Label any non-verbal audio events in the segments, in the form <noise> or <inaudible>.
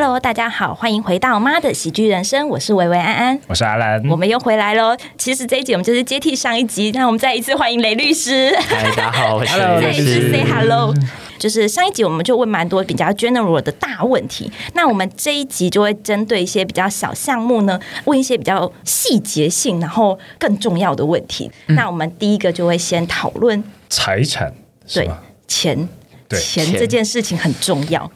喽，大家好，欢迎回到《妈的喜剧人生》，我是维维安安，我是阿兰，我们又回来喽。其实这一集我们就是接替上一集，让我们再一次欢迎雷律师，嗨，大家好，我是 <laughs> <laughs> Hello，再律一次师 say hello。就是上一集我们就问蛮多比较 general 的大问题，那我们这一集就会针对一些比较小项目呢，问一些比较细节性，然后更重要的问题。嗯那我们第一个就会先讨论财产是对吧？钱，对钱钱这件事情很重要，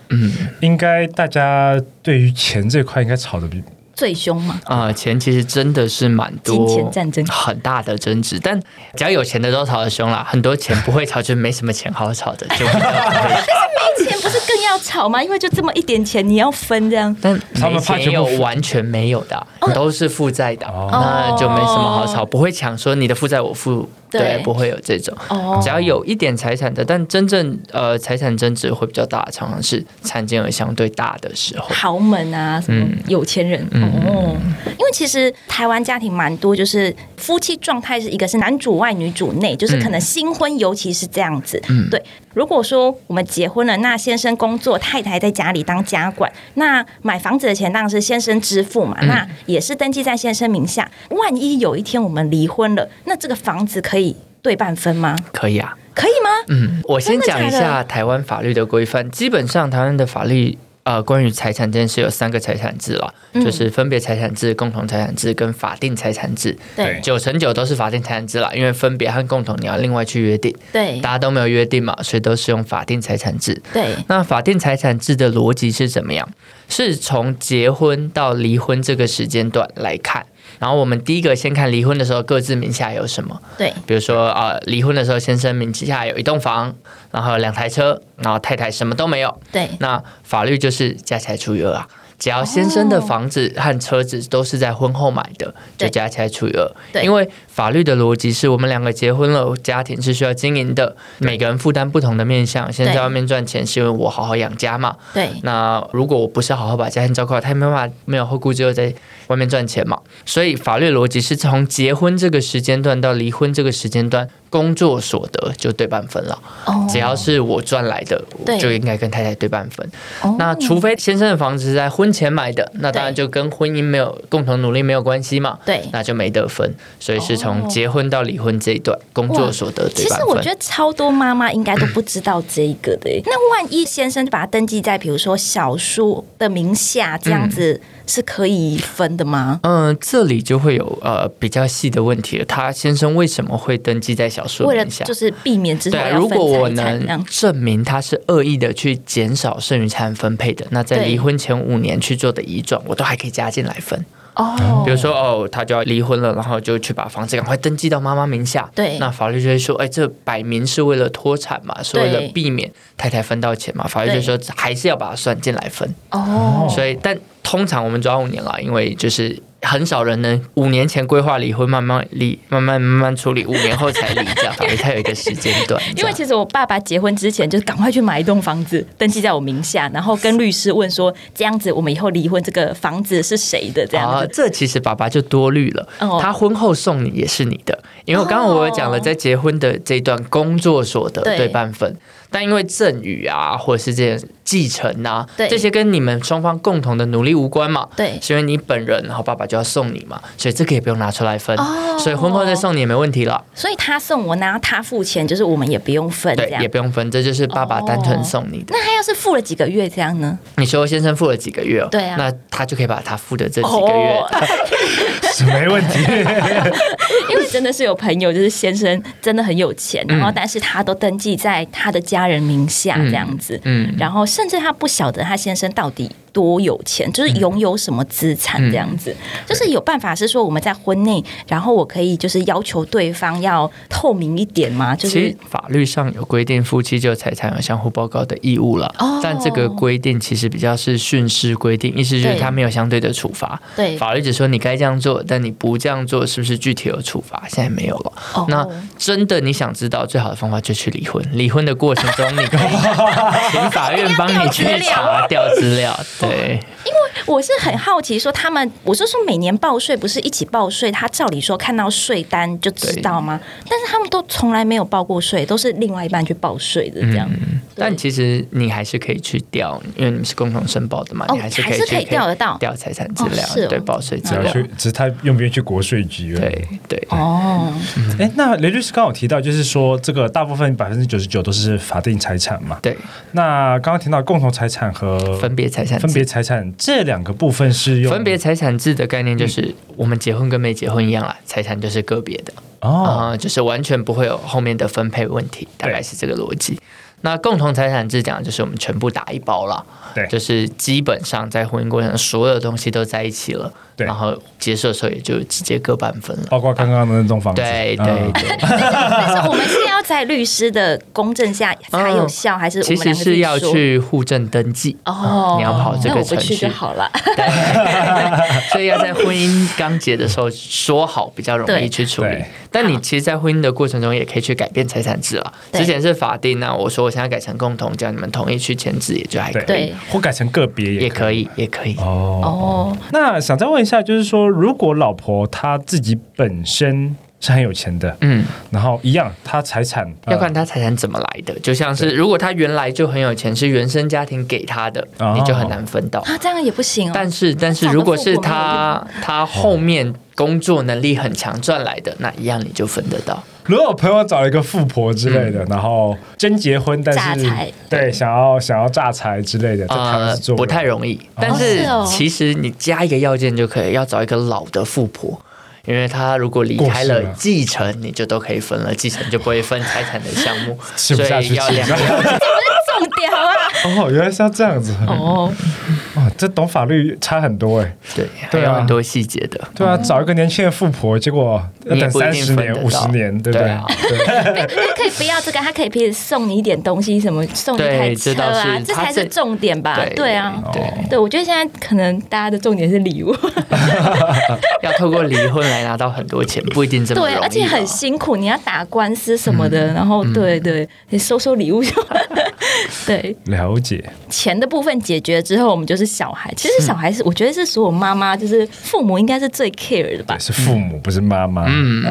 应该大家对于钱这块应该吵得比最凶嘛。啊、钱其实真的是蛮多，金钱战争很大的争执。但只要有钱的都吵得凶啦，很多钱不会吵，就没什么钱好吵的。就没钱不是更要吵吗？因为就这么一点钱，你要分这样。但 <laughs> 他们没怕钱全部也有完全没有 <laughs> 的啊、都是负债的啊、哦那就没什么好吵，不会抢说你的负债我付，对不会有这种。哦只要有一点财产的，但真正呃财产争执会比较大，常常是产金额相对大的时候。豪门啊，什嗯么有钱人、哦，因为其实台湾家庭蛮多，就是夫妻状态是一个是男主外女主内，就是嗯可能新婚尤其是这样子。对，如果说我们结婚了，那先生工作，太太在家里当家管，那买房子的钱当然是先生支付嗯嘛，那也是登记在先生名下。万一有一天我们离婚了，那这个房子可以对半分吗？可以啊，可以吗？嗯，我先讲一真的假下台湾法律的规范。基本上，台湾的法律呃，关于财产这件事有三个财产制了，就是分别财产制、共同财产制跟法定财产制。对九成九都是法定财产制啦，因为分别和共同你要另外去约定，对大家都没有约定嘛，所以都是用法定财产制。对那法定财产制的逻辑是怎么样？是从结婚到离婚这个时间段来看。然后我们第一个先看离婚的时候各自名下有什么，对比如说啊、呃离婚的时候先生名下有一栋房，然后有两台车，然后太太什么都没有，对那法律就是加起来除以二啊。只要先生的房子和车子都是在婚后买的，对就加起来除以二。对因为法律的逻辑是我们两个结婚了，家庭是需要经营的，每个人负担不同的面向。先生在外面赚钱是因为我好好养家嘛，对那如果我不是好好把家庭照顾好，他没办法没有后顾之忧在外面赚钱嘛。所以法律逻辑是从结婚这个时间段到离婚这个时间段，工作所得就对半分了。哦只要是我赚来的，对我就应该跟太太对半分。哦那除非先生的房子是在婚前买的，那当然对就跟婚姻没有共同努力没有关系嘛。对那就没得分。所以是哦从结婚到离婚这一段，工哇作所得对其半实我觉分。得超多妈妈应该都不知道这一个的耶。那万一先生就把它登记在比如说小叔的名下，这样子是可以分的吗？嗯，这里就会有呃比较细的问题了。他先生为什么会登记在小说为了名下？就是避免之后对啊，要如分果我财产这能样。证明他是恶意的去减少剩余财产分配的，那在对离婚前五年去做的遗转，我都还可以加进来分。哦比如说哦，他就要离婚了，然后就去把房子赶快登记到妈妈名下。对那法律就会说，哎，这摆明是为了脱产嘛，是为了对避免太太分到钱嘛。法律就说还是要把它算进来分。哦，所以，但通常我们抓五年啦，因为就是很少人能五年前规划离婚，慢慢离，慢慢慢慢处理，五年后才离这样，因为它有一个时间段。因为这样其实我爸爸结婚之前就赶快去买一栋房子登记在我名下，然后跟律师问说这样子我们以后离婚这个房子是谁的这样啊，子。这其实爸爸就多虑了。哦他婚后送你也是你的，因为我刚刚我有讲了，哦在结婚的这一段工作所得对对半分，但因为赠与啊，或者是这些继承啊，对这些跟你们双方共同的努力无关嘛。对是因为你本人，然后爸爸就要送你嘛，所以这个也不用拿出来分，哦所以婚后再送你也没问题了。所以他送我，然后他付钱，就是我们也不用分这对，样也。不用分，这就是爸爸单哦纯送你的。那他要是付了几个月这样呢？你说先生付了几个月哦？对啊那他就可以把他付的这几个月，哦是没问 <laughs> 题。 <laughs> 因为真的是有朋友，就是先生真的很有钱，然后但是他都登记在他的家人名下这样子，嗯嗯，然后甚至他不晓得他先生到底多有钱，就是嗯拥有什么资产这样子，就是有办法是说我们在婚内，然后我可以就是要求对方要透明一点嘛，就其是实法律上有规定，夫妻就财产有相互报告的义务了。哦但这个规定其实比较是训示规定，意思就是对他没有相对的处罚。对法律只说你该这样做，但你不这样做，是不是具体有处罚？现在没有了。哦那真的你想知道最好的方法就去离婚。离婚的过程中，你 <laughs> 可以请法院帮你去查调资料。对，我是很好奇，说他们，我是说每年报税不是一起报税，他照理说看到税单嗯就知道吗？但是他们都从来没有报过税，都是另外一半去报税的这样。但其实你还是可以去调，因为你们是共同申报的嘛，哦你还是还可以是可以去调得到调财产资料，哦是哦对报税资只要料，去，只是他用不用去国税局而已。对对。哦，哎，那雷律师刚刚有提到，就是说这个大部分百分之九十九都是法定财产嘛。对，那刚刚提到共同财产和分别财产哦制分别财产这两个部分是用嗯分别财产制的概念就是我们结婚跟没结婚一样啦，财产就是个别的，哦，啊、就是完全不会有后面的分配问题，大概是这个逻辑。那共同财产制讲的就是我们全部打一包啦，对就是基本上在婚姻过程中所有东西都在一起了，对哦然后结束的时候也就直接各半分了。包括刚刚的那栋房子，对嗯 <laughs> 对对，但是我们是要在律师的公证下才有效，还是我嗯其们两个实自是己要说去户政登记，哦，你要跑这那个我不程去序就，好了。 <laughs> 对，所以要在婚姻刚结的时候说好，比较容易对去处理对。但你其实，在婚姻的过程中，也可以去改变财产制了。对之前是法定，啊那我说我想要改成共同，只要你们同意去签字，也就还可以，对，或改成个别也也可以，也可以。哦。哦，那想再问一下，就是说，如果老婆她自己本身是很有钱的，嗯，然后一样，她财产呃要看他财产怎么来的，就像是如果他原来就很有钱，是原生家庭给他的，哦你就很难分到。啊，这样也不行哦。但是，但是这样如果跟父是母他他后面工作能力很强赚来的，那一样你就分得到。如果我朋友找了一个富婆之类嗯的，然后真结婚，但榨是财对想要想要榨财之类的，在台湾呃是做，不太了容易。但是是哦其实你加一个要件就可以，要找一个老的富婆。因为她如果离开过了世了继承，你就都可以分了，继承就不会分财产的项 <laughs> 目，吃所不下以去，要吃不两下个。去。中掉啊！ <laughs> 哦，原来是要这样嗯子，哦，哦，这懂法律差很多哎。 <laughs> 对，还对啊有很多细节的。对啊，找一个年轻的富婆，结果要嗯你也等不一三定十分得年、五十到年，对不对对啊？对，他可以不要这个，他可以平时送你一点东西，什么送你一台对车这倒啊，是这他才是这重点吧？对啊，对，对，我觉得现在可能大家的重点是礼物，要透过离婚来拿到很多钱，不一定这么容对易，啊。嗯而且很辛苦，你要打官司什么的，然后对对，你收收礼物就 <laughs> 对了解。钱的部分解决之后，我们就是小孩。其嗯实小孩是，我觉得是所有妈妈就是父母应该是最 care 的吧对，？是父母，不是妈妈。嗯，因为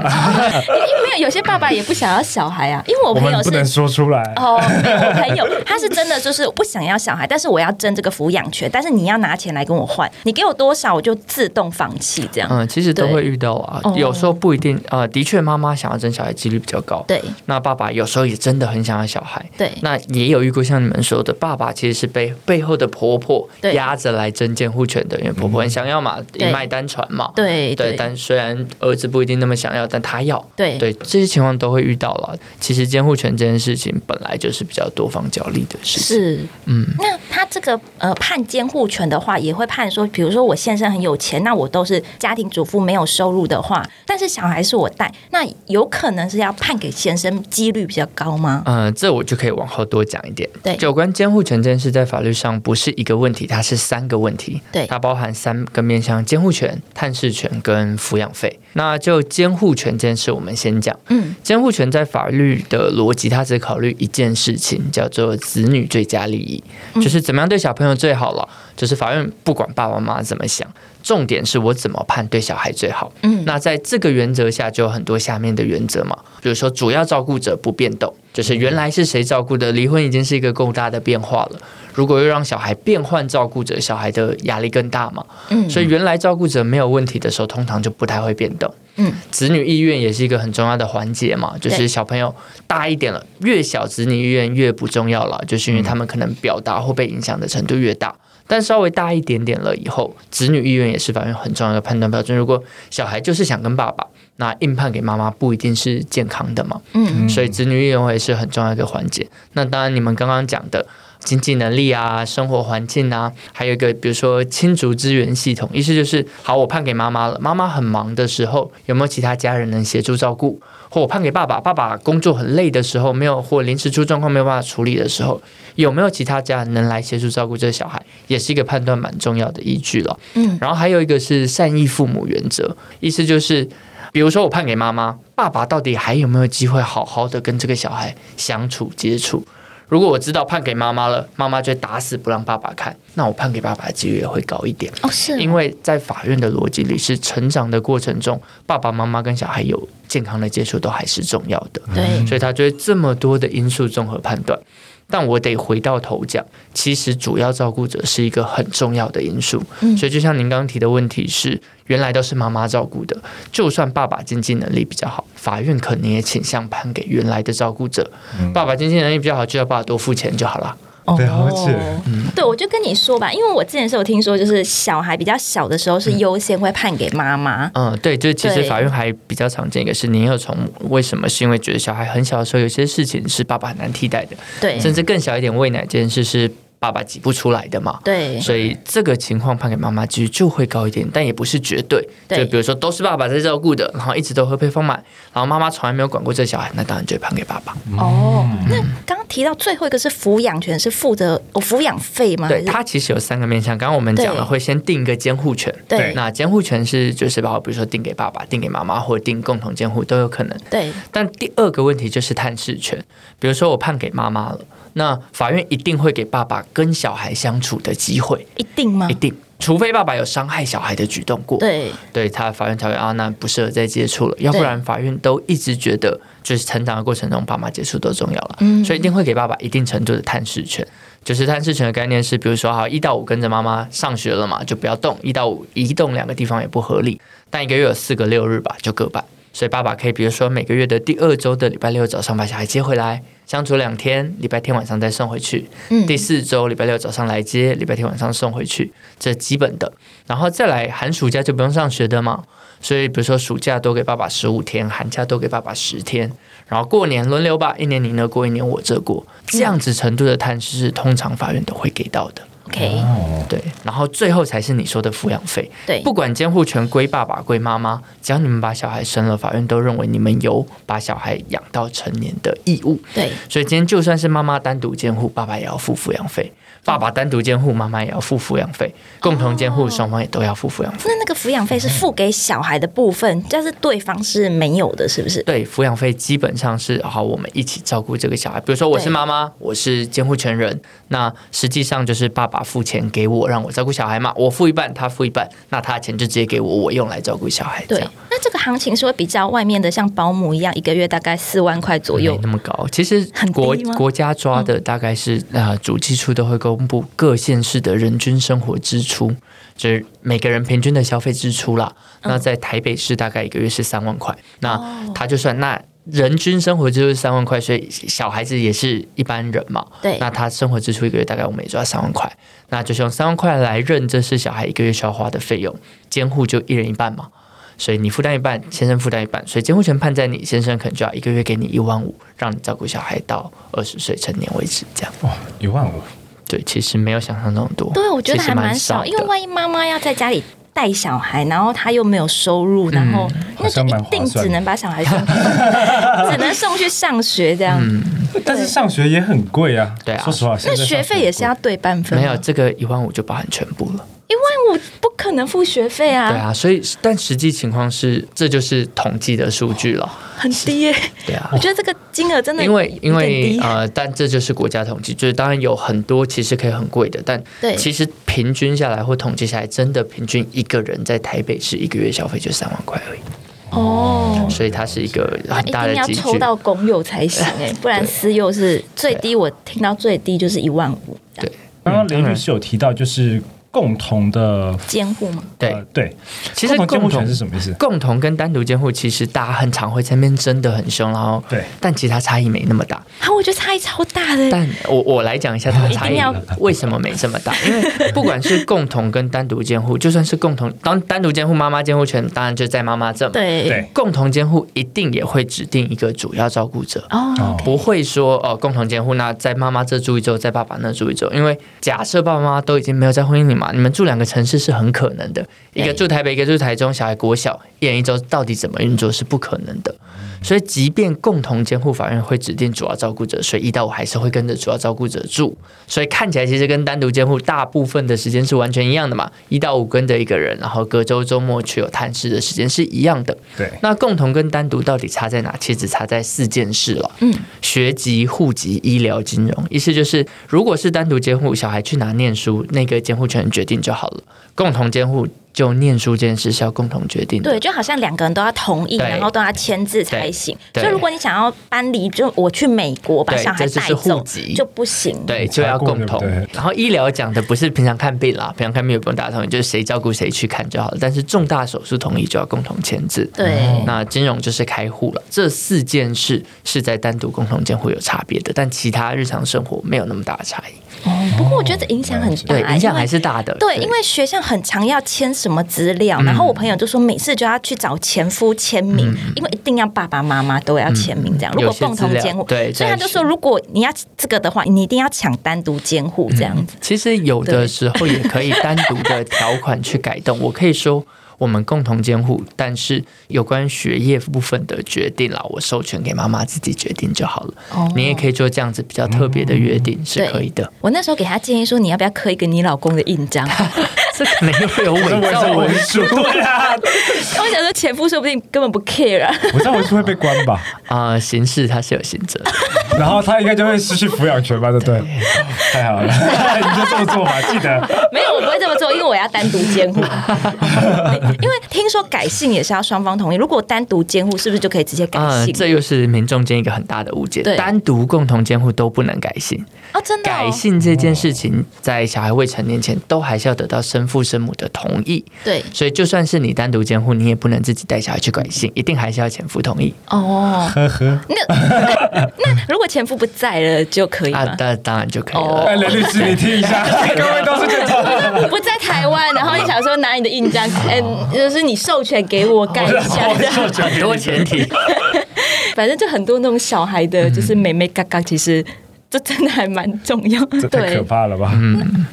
没有有些爸爸也不想要小孩啊，因为我我朋们友不是能说出来。哦，没有我朋友他是真的就是不想要小孩，但是我要争这个抚养权，但是你要拿钱来跟我换，你给我多少我就自动放弃这样。嗯，其实都对会遇到啊哦，有时候不一定。呃，的确，妈妈想要生小孩几率比较高。对那爸爸有时候也真的很想要小孩。对那也有遇过像你们说的，爸爸其实是被背后的婆婆对嗯压着来争监护权的，因为婆婆很想要嘛，一对脉单传嘛。对对但虽然儿子不一定那么想要，但他要。对对，这些情况都会遇到了。其实监护权这件事情本来就是比较多方角力的事情。是，嗯，那他这个呃判监护权的话，也会判说，比如说我先生很有钱，那我都是家庭主妇没有收入的话，但是小孩是我带，那有可能是要判给先生，几率比较高吗？嗯、这我就可以往后多讲一点。对就有关监护权这件事，在法律上不是一个问题，它是三个问题。对它包含三个面向：监护权、探视权跟抚养费。那就监护权这件事，我们先讲。嗯，监护权在法律的逻辑，它只考虑一件事情，叫做子女最佳利益，就是怎么样对小朋友最好了。就是法院不管爸爸妈妈怎么想，重点是我怎么判对小孩最好。嗯那在这个原则下，就有很多下面的原则嘛，比如说主要照顾者不变动，就是原来是谁照顾的，离婚已经是一个够大的变化了。如果又让小孩变换照顾者，小孩的压力更大嘛。嗯所以原来照顾者没有问题的时候，通常就不太会变动。嗯，子女意愿也是一个很重要的环节嘛，就是对小朋友大一点了，越小子女意愿越不重要了，就是嗯因为他们可能表达或被影响的程度越大。但稍微大一点点了以后，子女意愿也是法院很重要的判断标准。如果小孩就是想跟爸爸，那硬判给妈妈不一定是健康的嘛。嗯，所以子女意愿会是很重要的一个环节。那当然，你们刚刚讲的经济能力啊、生活环境啊，还有一个比如说亲族资源系统，意思就是，好，我判给妈妈了，妈妈很忙的时候，有没有其他家人能协助照顾？或我判给爸爸，爸爸工作很累的时候，没有或临时出状况没有办法处理的时候，有没有其他家人能来协助照顾这个小孩，也是一个判断蛮重要的依据了。嗯，然后还有一个是善意父母原则，意思就是，比如说我判给妈妈，爸爸到底还有没有机会好好的跟这个小孩相处接触？如果我知道判给妈妈了，妈妈就打死不让爸爸看，那我判给爸爸的几率也会高一点。哦是哦，因为在法院的逻辑里，是成长的过程中，爸爸妈妈跟小孩有健康的接触都还是重要的，对所以他就会这么多的因素综合判断。但我得回到头讲，其实主要照顾者是一个很重要的因素。嗯所以就像您刚刚提的问题是，原来都是妈妈照顾的，就算爸爸经济能力比较好，法院可能也倾向判给原来的照顾者。爸爸经济能力比较好，就要爸爸多付钱就好了。哦了解嗯对，我就跟你说吧，因为我之前是有听说，就是小孩比较小的时候是优先会判给妈妈。嗯，对，就是其实对法院还比较常见一个是年幼宠物，为什么？是因为觉得小孩很小的时候，有些事情是爸爸很难替代的，对甚至更小一点喂奶这件事是爸爸挤不出来的嘛。对所以这个情况判给妈妈其实就会高一点，但也不是绝对。对就比如说都是爸爸在照顾的，然后一直都喝配方奶，然后妈妈从来没有管过这小孩，那当然就会判给爸爸。哦，嗯那刚刚提到最后一个是抚养权，是负责哦抚养费吗？对，还是它其实有三个面向，刚刚我们讲了对会先定一个监护权。对那监护权是就是把我比如说定给爸爸、定给妈妈，或者定共同监护都有可能。对但第二个问题就是探视权，比如说我判给妈妈了，那法院一定会给爸爸跟小孩相处的机会，一定吗一？定，除非爸爸有伤害小孩的举动过，嗯对对他法院才会啊，那不适合再接触了，要不然法院都一直觉得就是成长的过程中，爸妈接触都重要了，嗯所以一定会给爸爸一定程度的探视权。就是探视权的概念是，比如说，好，一到五跟着妈妈上学了嘛，就不要动；一到五移动两个地方也不合理，但一个月有四个六日吧，就各半。所以爸爸可以，比如说每个月的第二周的礼拜六早上把小孩接回来，相处两天，礼拜天晚上再送回去。嗯第四周礼拜六早上来接，礼拜天晚上送回去，这基本的。然后再来寒暑假就不用上学的嘛，所以比如说暑假多给爸爸十五天，寒假多给爸爸十天，然后过年轮流吧，一年你那过，一年我这过，这样子程度的探视是通常法院都会给到的。 ，OK，哦，对，然后最后才是你说的抚养费。嗯对不管监护权归爸爸归妈妈，只要你们把小孩生了，法院都认为你们有把小孩养到成年的义务。对所以今天就算是妈妈单独监护，爸爸也要付抚养费；爸爸单独监护，妈妈也要付抚养费；共同监护，双方也都要付抚养费。那那个抚养费是付给小孩的部分，但是对方是没有的，是不是？对，抚养费基本上是好，我们一起照顾这个小孩。比如说我是对妈妈，我是监护权人，那实际上就是爸爸付钱给我，让我照顾小孩嘛，我付一半，他付一半，那他的钱就直接给我，我用来照顾小孩。这对样。，那这个行情是会比较外面的，像保姆一样，一个月大概四万块左右没那。么高。其实很低国吗嗯国家抓的大概是呃，主计处都会公布各县市的人均生活支出，就是每个人平均的消费支出啦。嗯那在台北市大概一个月是三万块，那哦他就算那。人均生活支出是三万块，所以小孩子也是一般人嘛。对那他生活支出一个月大概我们也抓三万块，那就是用三万块来认这是小孩一个月需要花的费用，监护就一人一半嘛。所以你负担一半，先生负担一半，所以监护权判在你，先生可能就要一个月给你一万五，让你照顾小孩到二十岁成年为止，这样。哇，一哦万五，对，其实没有想象中多。对，我觉得其实还蛮少少，的，因为万一妈妈要在家里带小孩，然后她又没有收入，嗯然后那就一定只能把小孩送， <laughs> 只能送去上学这样。嗯但是上学也很贵啊。对啊说实话，现那在上学费也是要对半分吗，没有这个一万五就包含全部了。一万五不可能付学费啊，对啊，所以但实际情况是，这就是统计的数据了。很低耶、对啊我。觉得这个金额真的因为因有点为低 <laughs> 呃，但这就是国家统计，就是当然有很多其实可以很贵的，但对其实平均下来或统计下来，真的平均一个人在台北市一个月消费就三万块而已。哦。所以它是一个很一嗯大的定要集抽聚。到公幼才行哎、 <laughs> 不然私幼是最啊低，我听到最低就是一万五对刚刚嗯雷当然律师有提到，就是共同的，监护嘛。呃对，对，其实共同监护共同权是什么意思？共同跟单独监护，其实大家很常会在那边争得很凶，然后对但其实它差异没那么大。啊，我觉得差异超大的、欸但我我来讲一下它的差一定异要为什么没这么大，因为不管是共同跟单独监护，就算是共同当单独监护，妈妈监护权当然就在妈妈这嘛。对对共同监护一定也会指定一个主要照顾者。哦哦不会说哦，共同监护，那在妈妈这住一周，在爸爸那住一周，因为假设爸爸妈妈都已经没有在婚姻里嘛，你们住两个城市是很可能的，对一个住台北，一个住台中，小孩国小，一人一周到底怎么运作是不可能的。所以，即便共同监护法院会指定主要照顾者，所以一到五还是会跟着主要照顾者住。所以看起来其实跟单独监护大部分的时间是完全一样的嘛，一到五跟着一个人，然后隔周周末去有探视的时间是一样的。对，那共同跟单独到底差在哪？其实只差在四件事了。嗯，学籍、户籍、医疗、金融。意思就是，如果是单独监护，小孩去哪念书，那个监护权人决定就好了；共同监护，就念书这件事是要共同决定的。对，就好像两个人都要同意，对然后都要签字才行。对所以如果你想要搬离，就我去美国把对小孩这就带是户走籍就不行。对，就要共同照顾对不对。然后医疗讲的不是平常看病啦，平常看病也不用大家同意，就是谁照顾谁去看就好了。但是重大手术同意就要共同签字。对那金融就是开户了，这四件事是在单独共同监护有差别的，但其他日常生活没有那么大的差异。哦不过我觉得这影响很大，欸对，影响啊因为还是大的。对，因为学校很常要签什么资料，嗯然后我朋友就说每次就要去找前夫签名，因为一定要爸爸妈妈都要签名这样。如嗯有果些共同资料监护，对所以他在就说，如果你要这个的话，你一定要抢单独监护这样子。其实有的对时候也可以单独 <laughs> 的条款去改动。我可以说我们共同监护，但是有关学业部分的决定啦，我授权给妈妈自己决定就好了。哦嗯你也可以做这样子比较特别的约定，是可以的。我那时候给他建议说，你要不要刻一个你老公的印章？ <laughs> 这可能又会有这伪伪造造文文书书，对啊，我想说前夫说不定根本不 care 啊。 <laughs> 伪造文书会被关吧？啊、刑事它是有刑 <laughs> 责的。然后他应该就会失去抚养权吧？对不对？太好了， <laughs> 你就这么做吧，记 <laughs> 得。没有，我不会这么做，因为我要单独监护。 <laughs> 因为听说改姓也是要双方同意，如果单独监护，是不是就可以直接改啊、姓？这又是民众间一个很大的误解。对单独共同监护都不能改姓，哦，真的、哦、改姓这件事情在小孩未成年前都还是要得到生父生母的同意。对所以就算是你单独监护，你也不能自己带小孩去改姓，一定还是要前夫同意哦。呵呵， <laughs> 那如果前夫不在了就可以啊吗，？当当然就可以哦哎，了。梁律师，你听一下， <laughs> 各位都是正常人，不在台湾，然后你想说拿你的印 <laughs> 章，嗯，就是你授权给我盖一下，这样很多前提， <laughs> 反正就很多那种小孩的，就是妹妹嘎嘎，其实这真的还蛮重要。这太可 <laughs> 对，怕了吧？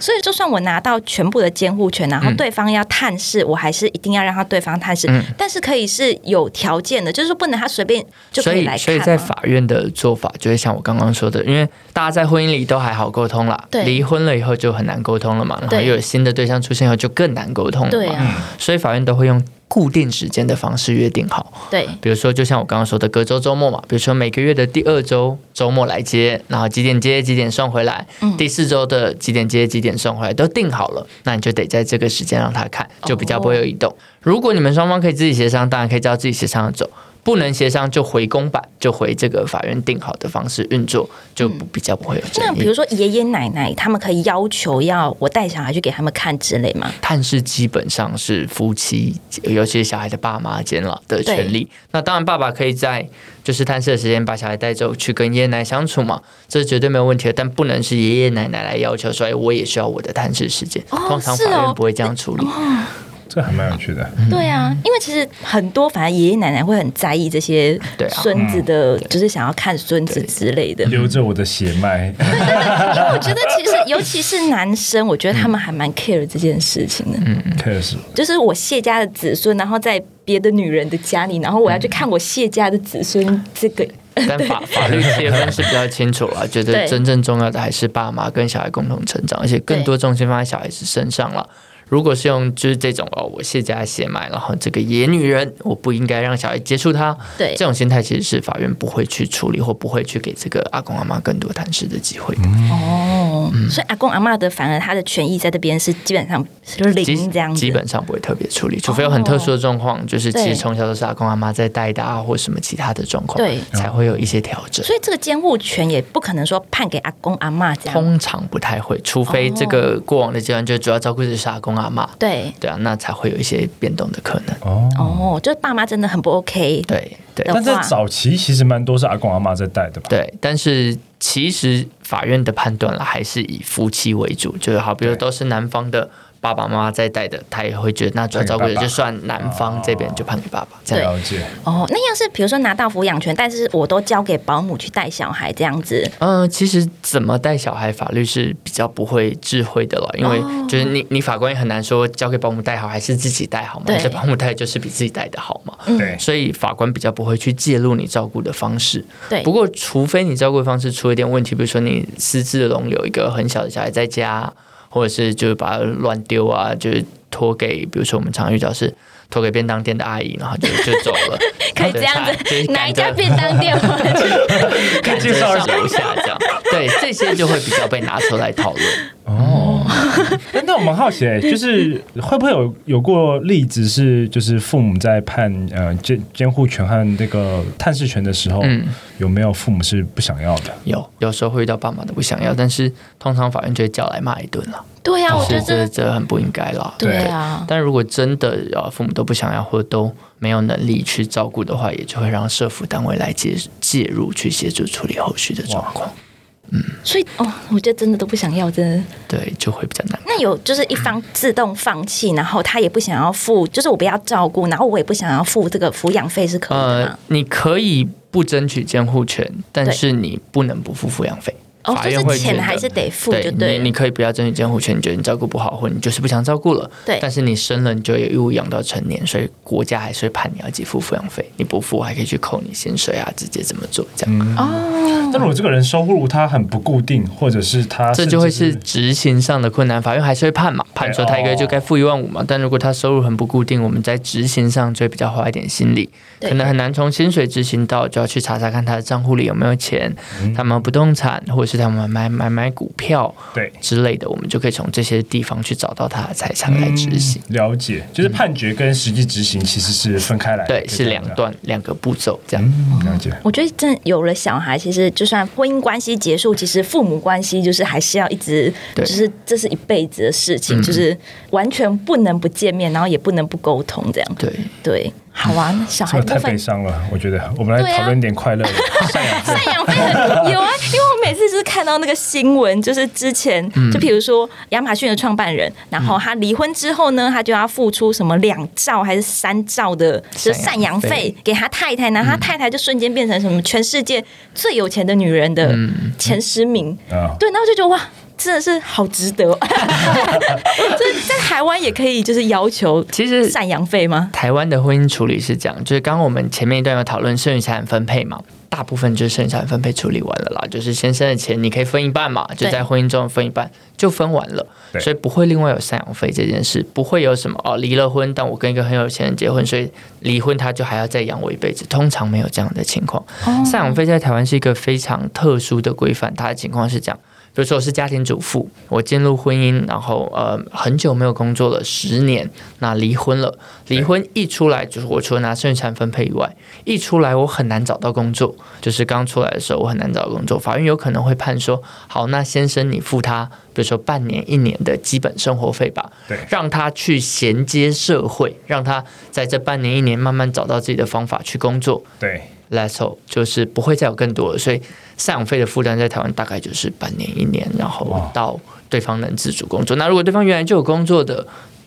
所以就算我拿到全部的监护权，嗯然后对方要探视，我还是一定要让他对方探视，但是可以是有条件的，就是说不能他随便就所可以以来所看以吗。在法院的做法就会像我刚刚说的，因为大家在婚姻里都还好沟通啦，对离婚了以后就很难沟通了嘛，然后对又有新的对象出现以后就更难沟通了嘛，对啊，所以法院都会用固定时间的方式约定好，对比如说，就像我刚刚说的，隔周周末嘛，比如说每个月的第二周周末来接，然后几点接几点送回来，嗯第四周的几点接几点送回来都定好了，那你就得在这个时间让他看，哦就比较不会有移动。如果你们双方可以自己协商，当然可以照自己协商的走。不能协商就回公版，就回这个法院定好的方式运作，就不比较不会有嗯那争比议如。说爷爷奶奶，他们可以要求要我带小孩去给他们看之类吗？探视基本上是夫妻，尤其是小孩的爸妈间了的权利。那当然，爸爸可以在就是探视的时间把小孩带走去跟爷爷奶奶相处嘛，这是绝对没有问题的。但不能是爷爷奶奶来要求说，哎，我也需要我的探视时间。哦通常是哦法院不会这 <laughs> 样处理。这还蛮有趣的。嗯对啊，因为其实很多，反正爷爷奶奶会很在意这些对啊孙子的，就是想要看孙子之类的。留着我的血脉，因为我觉得其实，尤其是男生，我觉得他们还蛮 care 这件事情的。嗯确实，就是我谢家的子孙，然后在别的女人的家里，然后我要去看我谢家的子孙，这个但法法律切分是比较清楚了，觉得对真正重要的还是爸妈跟小孩共同成长，而且更多重心放在小孩子身上了。如果是用就是这种哦，我卸家卸买，然后这个野女人，我不应该让小孩接触她，对这种心态其实是法院不会去处理或不会去给这个阿公阿妈更多探视的机会的。哦，嗯所以阿公阿妈的，反而他的权益在这边是基本上是基零这样子。哦基本上不会特别处理，除非有很特殊的状况，就是其对实从小都是阿公阿妈在带的啊，或什么其他的状况，对才会有一些调整。所以这个监护权也不可能说判给阿公阿妈这样。通常不太会，除非这个过往的阶段就主要照顾的是阿公阿妈，对，对啊，那才会有一些变动的可能。哦。哦，就是爸妈真的很不 OK。对对的但在话早期其实蛮多是阿公阿妈在带的吧？对，但是其实法院的判断了，还是以夫妻为主，就是好，比如对都是男方的爸爸妈妈在带的，他也会觉得那主要照顾判的给爸爸就算男方这边就判给爸爸这样。了解，哦，那要是比如说拿到抚养权，但是我都交给保姆去带小孩这样子，嗯、其实怎么带小孩，法律是比较不会智慧的了，因为就是你你法官也很难说交给保姆带好还是自己带好嘛，对这保姆带就是比自己带的好嘛。对，所以法官比较不会去介入你照顾的方式。对，不过除非你照顾的方式出一点问题，比如说你私自笼有一个很小的小孩在家，或者是就是把它乱丢啊，就是托给，比如说我们常遇到是。托给便当店的阿姨，然后就就走了可以这样就是子，赶着哪一家便当店？ <laughs> <laughs> 赶着上楼下这样，对，这些就会比较被拿出来讨论。哦， <laughs> 哎那我蛮好奇、欸，就是会不会有有过例子是，就是父母在判呃监监护权和这个探视权的时候，嗯有没有父母是不想要的？有有时候会遇到爸妈的不想要，但是通常法院就会叫来骂一顿了，对呀、啊，我觉得是这这这很不应该啦。对啊，但如果真的呃父母都不想要，或者都没有能力去照顾的话，也就会让社服单位来介介入去协助处理后续的状况。所以哦，我觉得真的都不想要，真的。对，就会比较难。那有就是一方自动放弃，然后他也不想要付，就是我不要照顾，然后我也不想要付这个抚养费是可以的呃吗？，你可以不争取监护权，但是你不能不付抚养费。哦，法就院会是觉钱得还是得付，就对对你，你了。可以不要争取监护权，你觉得你照顾不好，或者你就是不想照顾了。对但是你生了，你就有义务养到成年，所以国家还是会判你要给付抚养费。你不付，还可以去扣你薪水啊，直接怎么做这样。哦，但如果这个人收入他很不固定，或者是他这甚就会至是执行上的困难，法院还是会判嘛，判说他一个月就该付一万五哦嘛。但如果他收入很不固定，我们在执行上就会比较花一点心力，对可能很难从薪水执行到，就要去查查看他的账户里有没有钱，嗯他们有不动产或者是他们买买买股票对。之类的，我们就可以从这些地方去找到他的财产来执行。嗯嗯了解，就是判决跟实际执行其实是分开来的，对，是两段。段两个步骤这样。嗯，了解。我觉得真的有了小孩，其实就算婚姻关系结束，其实父母关系就是还是要一直，对就是这是一辈子的事情，就是完全不能不见面，然后也不能不沟通，这样对，对。好啊，那小这孩个部太分悲伤了，我觉得我们对来啊讨论点快乐的。赡养 <laughs> 费赡养费 <laughs> 很有啊，因为我每次就是看到那个新闻，就是之前嗯就比如说亚马逊的创办人，然后他离婚之后呢，他就要付出什么两兆还是三兆的，就是赡养赡养费费嗯给他太太，然后他太太就瞬间变成什么全世界最有钱的女人的嗯前十名，啊，对，然后就觉得哇。真的是好值得、 <laughs> 哦，就是在台湾也可以，就是要求其实赡养费吗？台湾的婚姻处理是这样，就是刚刚我们前面一段有讨论剩余财产分配嘛，大部分就是剩余财产分配处理完了啦，就是先生的钱你可以分一半嘛，就在婚姻中分一半，就分完了，对所以不会另外有赡养费这件事，不会有什么哦离了婚，但我跟一个很有钱人结婚，所以离婚他就还要再养我一辈子，通常没有这样的情况。赡养费在台湾是一个非常特殊的规范，它的情况是这样。比如说我是家庭主妇，我进入婚姻，然后呃很久没有工作了，十年，那离婚了，离婚一出来就是我除了拿剩余财产分配以外，一出来我很难找到工作，就是刚出来的时候我很难找到工作，法院有可能会判说，好，那先生你付他，比如说半年一年的基本生活费吧，对让他去衔接社会，让他在这半年一年慢慢找到自己的方法去工作，对， less hope，就是不会再有更多了。所以赡养费的负担在台湾大概就是半年一年，然后哇到对方能自主工作。那如果对方原来就有工作的，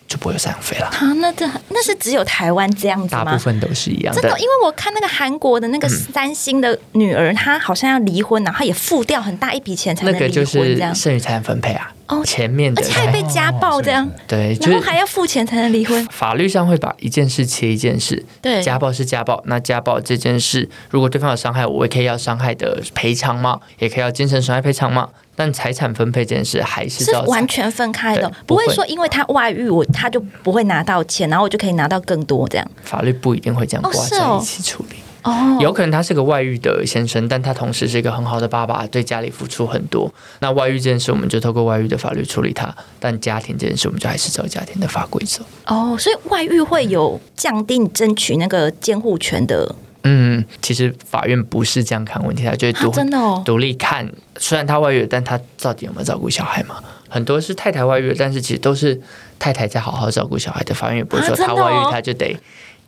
就不会有赡养费了。啊，那这那是只有台湾这样子大吗？部分都是一样真的，的因。为我看那个韩国的那嗯个三星的女儿，她好像要离婚，然后也付掉很大一笔钱才那能离个就婚，是这样，剩余财产分配啊，哦前面的而且还被家暴这样，对，就然后是还要付钱才能离婚，法律上会把一件事切一件事，对家暴是家暴，那家暴这件事，如果对方有伤害，我也可以要伤害的赔偿嘛，也可以要精神损害赔偿嘛，但财产分配这件事还是是照完全分开的对，不不会会说因为她外遇我她就不会拿到钱，然后我就可以拿到更多这样。法律不一定会这样哦挂是在哦一起处理。哦，有可能他是个外遇的先生，但他同时是一个很好的爸爸，对家里付出很多。那外遇这件事，我们就透过外遇的法律处理他；但家庭这件事，我们就还是照家庭的法规走。哦，所以外遇会有降低你争取那个监护权的嗯，其实法院不是这样看问题，他就是啊独、，真的哦，独立看。虽然他外遇，但他到底有没有照顾小孩嘛？很多是太太外遇，但是其实都是太太在好好照顾小孩的。法院也不会啊说真的他哦外遇，他就得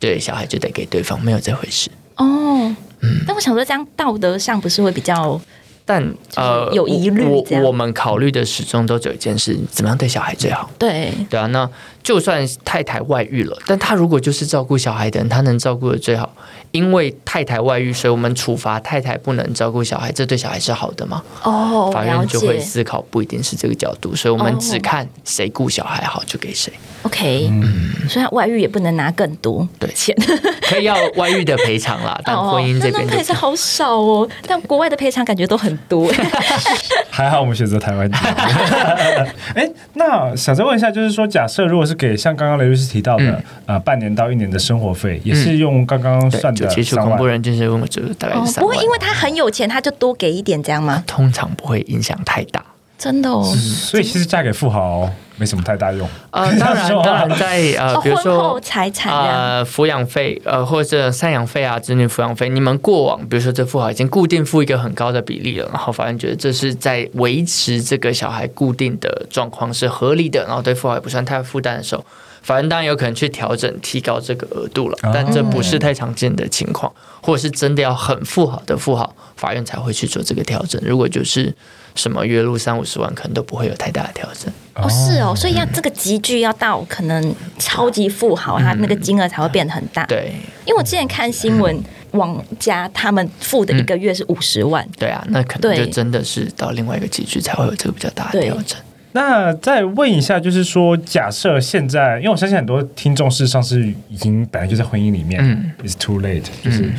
对小孩就得给对方，没有这回事。哦，嗯但我想说这样道德上不是会比较但呃，有疑虑我这样我我们考虑的始终都只有一件事：怎么样对小孩最好？对对啊，那就算太太外遇了，但他如果就是照顾小孩的人，他能照顾的最好。因为太太外遇，所以我们处罚太太不能照顾小孩，这对小孩是好的吗？哦，法了院就会解。思考，不一定是这个角度，所以我们哦只看谁顾小孩好就给谁。 OK，、虽然外遇也不能拿更多嗯对钱，可以要外遇的赔偿 <laughs> 啦，但哦婚姻这那边那就赔偿好少哦，但国外的赔偿感觉都很 <laughs> 多。还好我们选择台湾 <laughs> 籍。哎，那想再问一下，就是说，假设如果是给像刚刚雷律师提到的，嗯呃，半年到一年的生活费，也是用刚刚对，算就的接触三恐怖万，人精神问我就大概哦是，三不万会，因为他很有钱，他就多给一点这样吗？通常不会影响太大。真的哦。所以其实嫁给富豪没什么太大用。呃，<laughs> 当 <laughs> 然，当然在呃，哦，比如婚说后财产这样呃，抚养费，呃，或者赡养费啊，子女抚养费，你们过往，比如说这富豪已经固定付一个很高的比例了，然后法院觉得这是在维持这个小孩固定的状况是合理的，然后对富豪也不算太负担的时候，法院当然有可能去调整提高这个额度了，但这不是太常见的情况，或者是真的要很富豪的富豪，法院才会去做这个调整。如果就是什么月入三五十万，可能都不会有太大的调整。哦，是哦，所以要这个集聚要到可能超级富豪，他那个金额才会变得很大。，嗯对，嗯因为我之前看新闻，网家他们付的一个月是五十万，对啊，那可能就对真的是到另外一个集聚才会有这个比较大的对调整。那再问一下，就是说，假设现在，因为我相信很多听众事实上是已经本来就在婚姻里面、嗯 i t s too late，就是、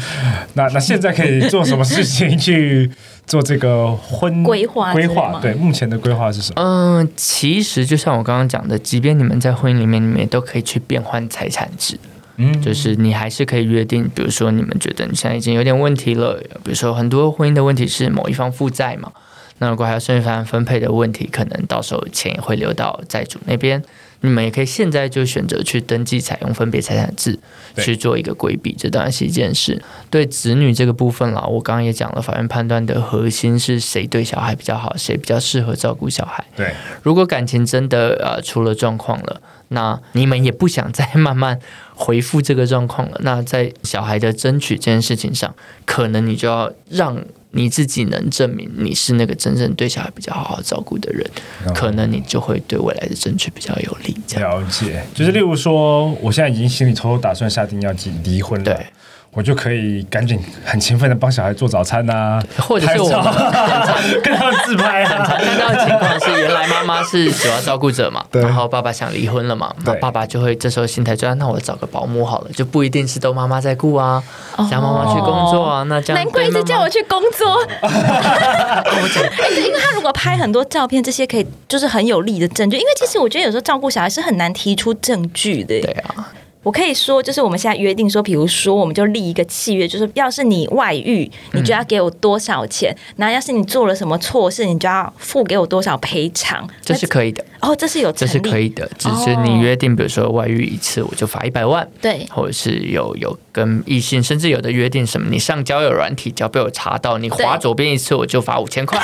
那那现在可以做什么事情去做这个婚规划之类规划吗对，目前的规划是什么？嗯、其实就像我刚刚讲的，即便你们在婚姻里面，你们也都可以去变换财产制，嗯，就是你还是可以约定，比如说你们觉得你现在已经有点问题了，比如说很多婚姻的问题是某一方负债嘛，那如果还有剩余财产分配的问题，可能到时候钱也会流到债主那边。你们也可以现在就选择去登记采用分别财产制对去做一个规避，这当然是一件事。对子女这个部分啦，我刚刚也讲了，法院判断的核心是谁对小孩比较好，谁比较适合照顾小孩。对，如果感情真的呃出了状况了，那你们也不想再慢慢回复这个状况了，那在小孩的争取这件事情上，可能你就要让你自己能证明你是那个真正对小孩比较好好照顾的人，哦可能你就会对未来的争取比较有利。这样了解，就是例如说，我现在已经心里偷偷打算下定要离离婚了对。我就可以赶紧很勤奋的帮小孩做早餐呐、或者是拍我照们 <laughs> 啊，跟他们自拍 <laughs> 啊，看到的情况是，原来妈妈是主要照顾者嘛，对然后爸爸想离婚了嘛，对那爸爸就会这时候心态就啊，那我找个保姆好了，就不一定是都妈妈在顾啊，让妈妈去工作啊，那这样哦难怪一直叫我去去工作。哦 <laughs> 哎对因为他如果拍很多照片，这些可以就是很有力的证据。因为其实我觉得有时候照顾小孩是很难提出证据的。对啊，我可以说，就是我们现在约定说，比如说，我们就立一个契约，就是要是你外遇，你就要给我多少钱；嗯然后要是你做了什么错事，你就要付给我多少赔偿。这是可以的，那哦，这是有这成立，哦是可以的，只是你约定，比如说外遇一次我就罚一百万，对或者是有有跟异性，甚至有的约定什么，你上交友软体只要被我查到，你对划左边一次我就罚五 <laughs> 千块。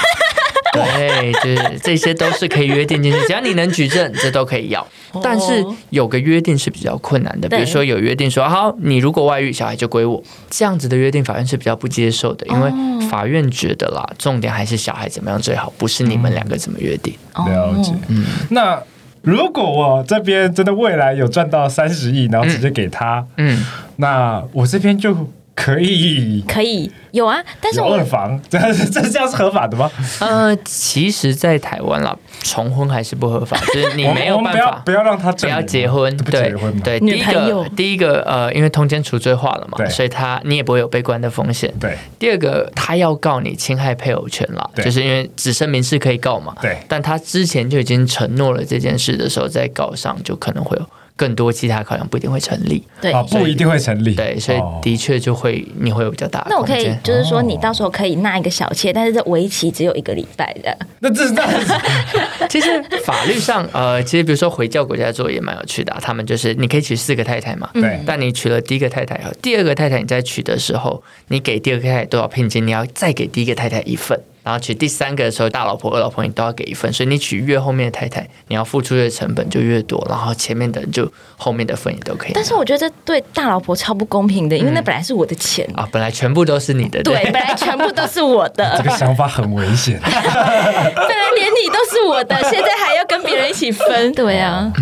对，就是这些都是可以约定进去，只要你能举证，这都可以要。但是有个约定是比较困难的，比哦对如说有约定说，好，你如果外遇，小孩就归我。这样子的约定，法院是比较不接受的，因为哦法院觉得啦，重点还是小孩怎么样最好，不是你嗯们两个怎么约定。了解哦。那如果我这边真的未来有赚到三十亿，然后直接给他，嗯，那我这边就可以可以有啊，但是有我二房，这样 <laughs> 这这样是合法的吗？ <laughs> 呃，其实，在台湾啦，重婚还是不合法，就是你我们没有我们办不要法不。要让他不证明要结婚，不对结婚嘛，对，第女一朋个友第一个呃，因为通奸除罪化了嘛，对所以他你也不会有被关的风险。对第二个，他要告你侵害配偶权了，对就是因为只剩民事可以告嘛。对但他之前就已经承诺了这件事的时候，在告上就可能会有更多其他考量，不一定会成立。对啊，不一定会成立，对，所以哦的确就会你会有比较大的那我空可以间。哦就是说，你到时候可以纳一个小妾，但是这为期只有一个礼拜的。那这那 <laughs> 其实法律上，呃，其实比如说回教国家做也蛮有趣的啊、他们就是你可以娶四个太太嘛，嗯对但你娶了第一个太太以后，第二个太太你在娶的时候，你给第二个太太多少聘金，你要再给第一个太太一份。然后娶第三个的时候，大老婆、二老婆你都要给一份，所以你娶越后面的太太，你要付出的成本就越多，然后前面的人就后面的份也都可以拿。但是我觉得这对大老婆超不公平的，因嗯为那本来是我的钱，啊，本来啊全部都是你的，对，本来全部都是我 <laughs> 的 <laughs> 这，个想法很危 <laughs> 险。本来连你都是我的， <laughs> 现在还要跟别人一起分。对啊，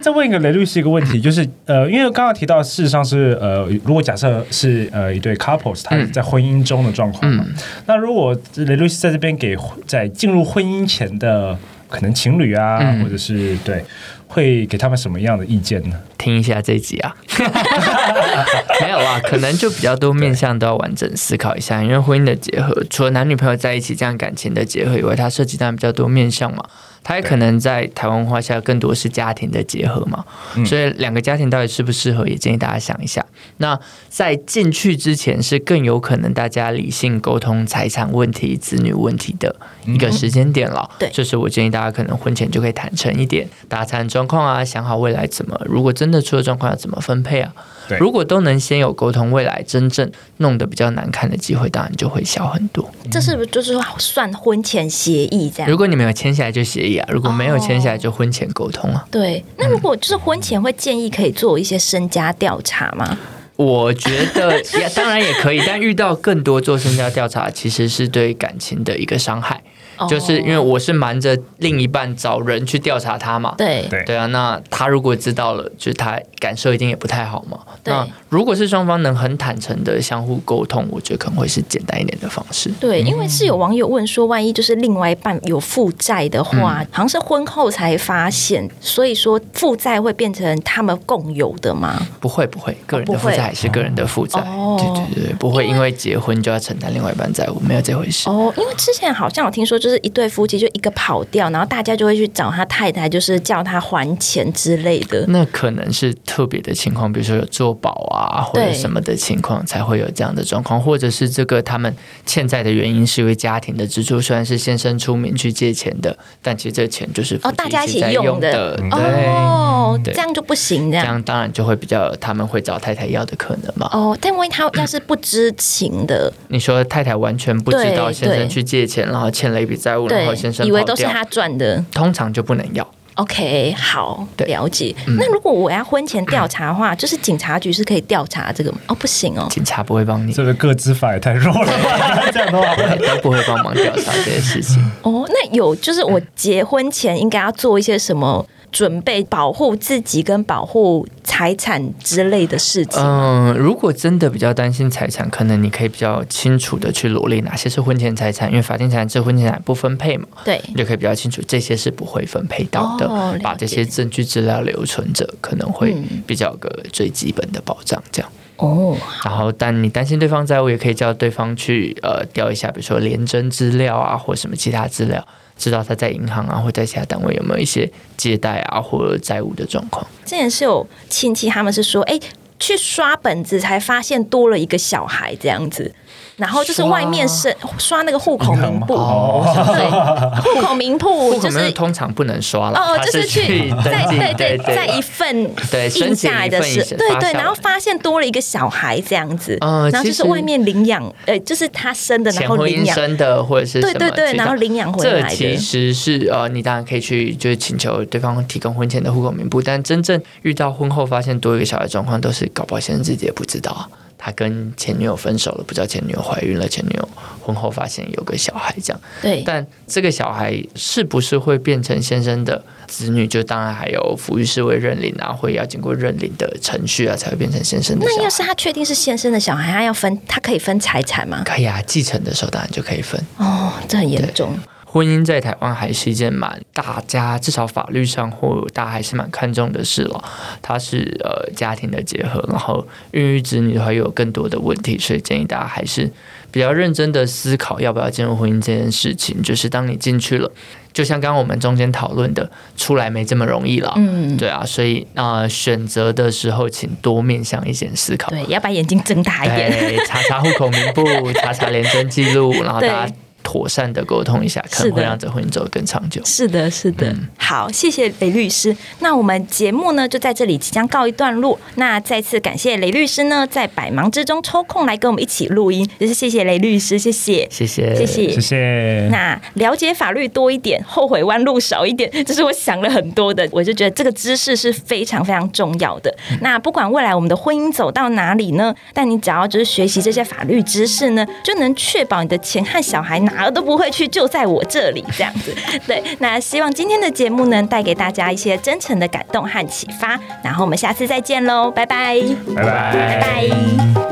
再问一个雷律师一个问题，就是呃，因为刚刚提到，事实上是呃，如果假设是呃一对 couples，他在婚姻中的状况嘛，那如果雷律师在这边给在进入婚姻前的可能情侣啊，嗯或者是对，会给他们什么样的意见呢？听一下这一集啊， <laughs> 没有啦，可能就比较多面向都要完整思考一下，因为婚姻的结合，除了男女朋友在一起这样感情的结合以外，它涉及到比较多面向嘛，它也可能在台湾话下更多是家庭的结合嘛，所以两个家庭到底适不适合，也建议大家想一下。那在进去之前，是更有可能大家理性沟通财产问题、子女问题的一个时间点了。对就是我建议大家可能婚前就可以坦诚一点，打谈状况啊，想好未来怎么，如果真的出了状况要怎么分配啊对。如果都能先有沟通，未来真正弄得比较难看的机会，当然就会小很多。这是不是就是说算婚前协议这如样？果你们有签下来就协议啊，如果没有签下来哦就婚前沟通啊。对，那如果就是婚前会建议可以做一些身家调查吗？我觉得 <laughs> 也当然也可以，但遇到更多做身家调查，其实是对感情的一个伤害。就是因为哦我是瞒着另一半找人去调查他嘛。对对对啊，那他如果知道了，就是他感受一定也不太好嘛。对那如果是双方能很坦诚的相互沟通，我觉得可能会是简单一点的方式。对，因为是有网友问说，万一就是另外一半有负债的话，嗯好像是婚后才发现，所以说负债会变成他们共有的吗？不会不会，个人的哦不负会债还是个人的负债。哦对对对，不会因为结婚就要承担另外一半债务，没有这回事。哦，因为之前好像有听说，就是一对夫妻就一个跑掉，然后大家就会去找他太太，就是叫他还钱之类的。那可能是特别的情况，比如说有做保啊或者对什么的情况才会有这样的状况，或者是这个他们欠债的原因是因为家庭的支出，虽然是先生出面去借钱的，但其实这钱就是夫哦妻大家一起在用用的对。哦，嗯对这样就不行这这样。样当然就会比较，他们会找太太要的可能嘛。哦，但万一他要是不知情的，你说太太完全不知道对先生对去借钱，然后欠了一笔债务，然后对先，生以为跑都是掉他赚的。通常就不能要。 OK，好，对嗯了解。那如果我要婚前调查的话，就是警察局是可以调查这个吗？哦，不行哦。警察不会帮你，这个个资法也太弱了吧，这样的话， <laughs> 都不会帮忙调查这些事情。哦，那有就是我结婚前应该要做一些什么准备，保护自己跟保护财产之类的事情。嗯，如果真的比较担心财产，可能你可以比较清楚的去罗列哪些是婚前财产，因为法定财产是婚前财产不分配嘛，对，你就可以比较清楚这些是不会分配到的，哦了解把这些证据资料留存着，可能会嗯比较有个最基本的保障这样。哦，嗯然后，但你担心对方债务，也可以叫对方去呃调一下，比如说廉征资料啊，或什么其他资料，知道他在银行啊或在其他单位有没有一些借贷啊或者债务的状况。之前是有亲戚他们是说，哎、去刷本子才发现多了一个小孩这样子，然后就是刷外面是刷那个户口名簿，哦，对，户口名簿户口哦就名是簿通常不能刷了，哦，它就是去登在记对对对，在一份对申印请下来一的份是一份对发下对，然后来发现多了一个小孩这样子，呃然后就其是实外面领养，呃，就是他生的，然前后婚领姻养，生的或者是对什么对对，其他然后领养回这来其的。实是呃，你当然可以去就是请求对方提供婚前的户口名簿，但真正遇到婚后发现多一个小孩的状况，都是搞不好先生自己也不知道啊，他跟前女友分手了，不知道前女友怀孕了，前女友婚后发现有个小孩这样，对，但这个小孩是不是会变成先生的子女，就当然还有抚育室会认领啊，会要经过认领的程序啊，才会变成先生的那小要孩。是他确定是先生的小孩，他要分，他可以分财产吗？可以啊，继承的时候当然就可以分。哦，这很严重。婚姻在台湾还是一件蛮大家至少法律上或大家还是蛮看重的事了。它是呃家庭的结合，然后孕育子女的话又有更多的问题，所以建议大家还是比较认真的思考要不要进入婚姻这件事情。就是当你进去了，就像刚刚我们中间讨论的，出来没这么容易了。嗯，对啊，所以呃选择的时候，请多面向一些思考。对，要把眼睛睁大一点。对，哎查查户口名 <laughs> 簿，查查廉政记录，然后对大家妥善的沟通一下，是可能的会让这婚姻走得更长久。是的，是的。好，谢谢雷律师。那我们节目呢，就在这里即将告一段落。那再次感谢雷律师呢，在百忙之中抽空来跟我们一起录音，就是谢谢雷律师，谢谢，谢谢，谢谢。 <laughs> 谢谢。那了解法律多一点，后悔弯路少一点， <laughs> 这是我想了很多的。我就觉得这个知识是非常非常重要的。那不管未来我们的婚姻走到哪里呢，但你只要就是学习这些法律知识呢，就能确保你的钱和小孩哪儿都不会去，就在我这里这样子。 <laughs> 对，那希望今天的节目呢，带给大家一些真诚的感动和启发。然后我们下次再见喽，拜拜，拜拜拜拜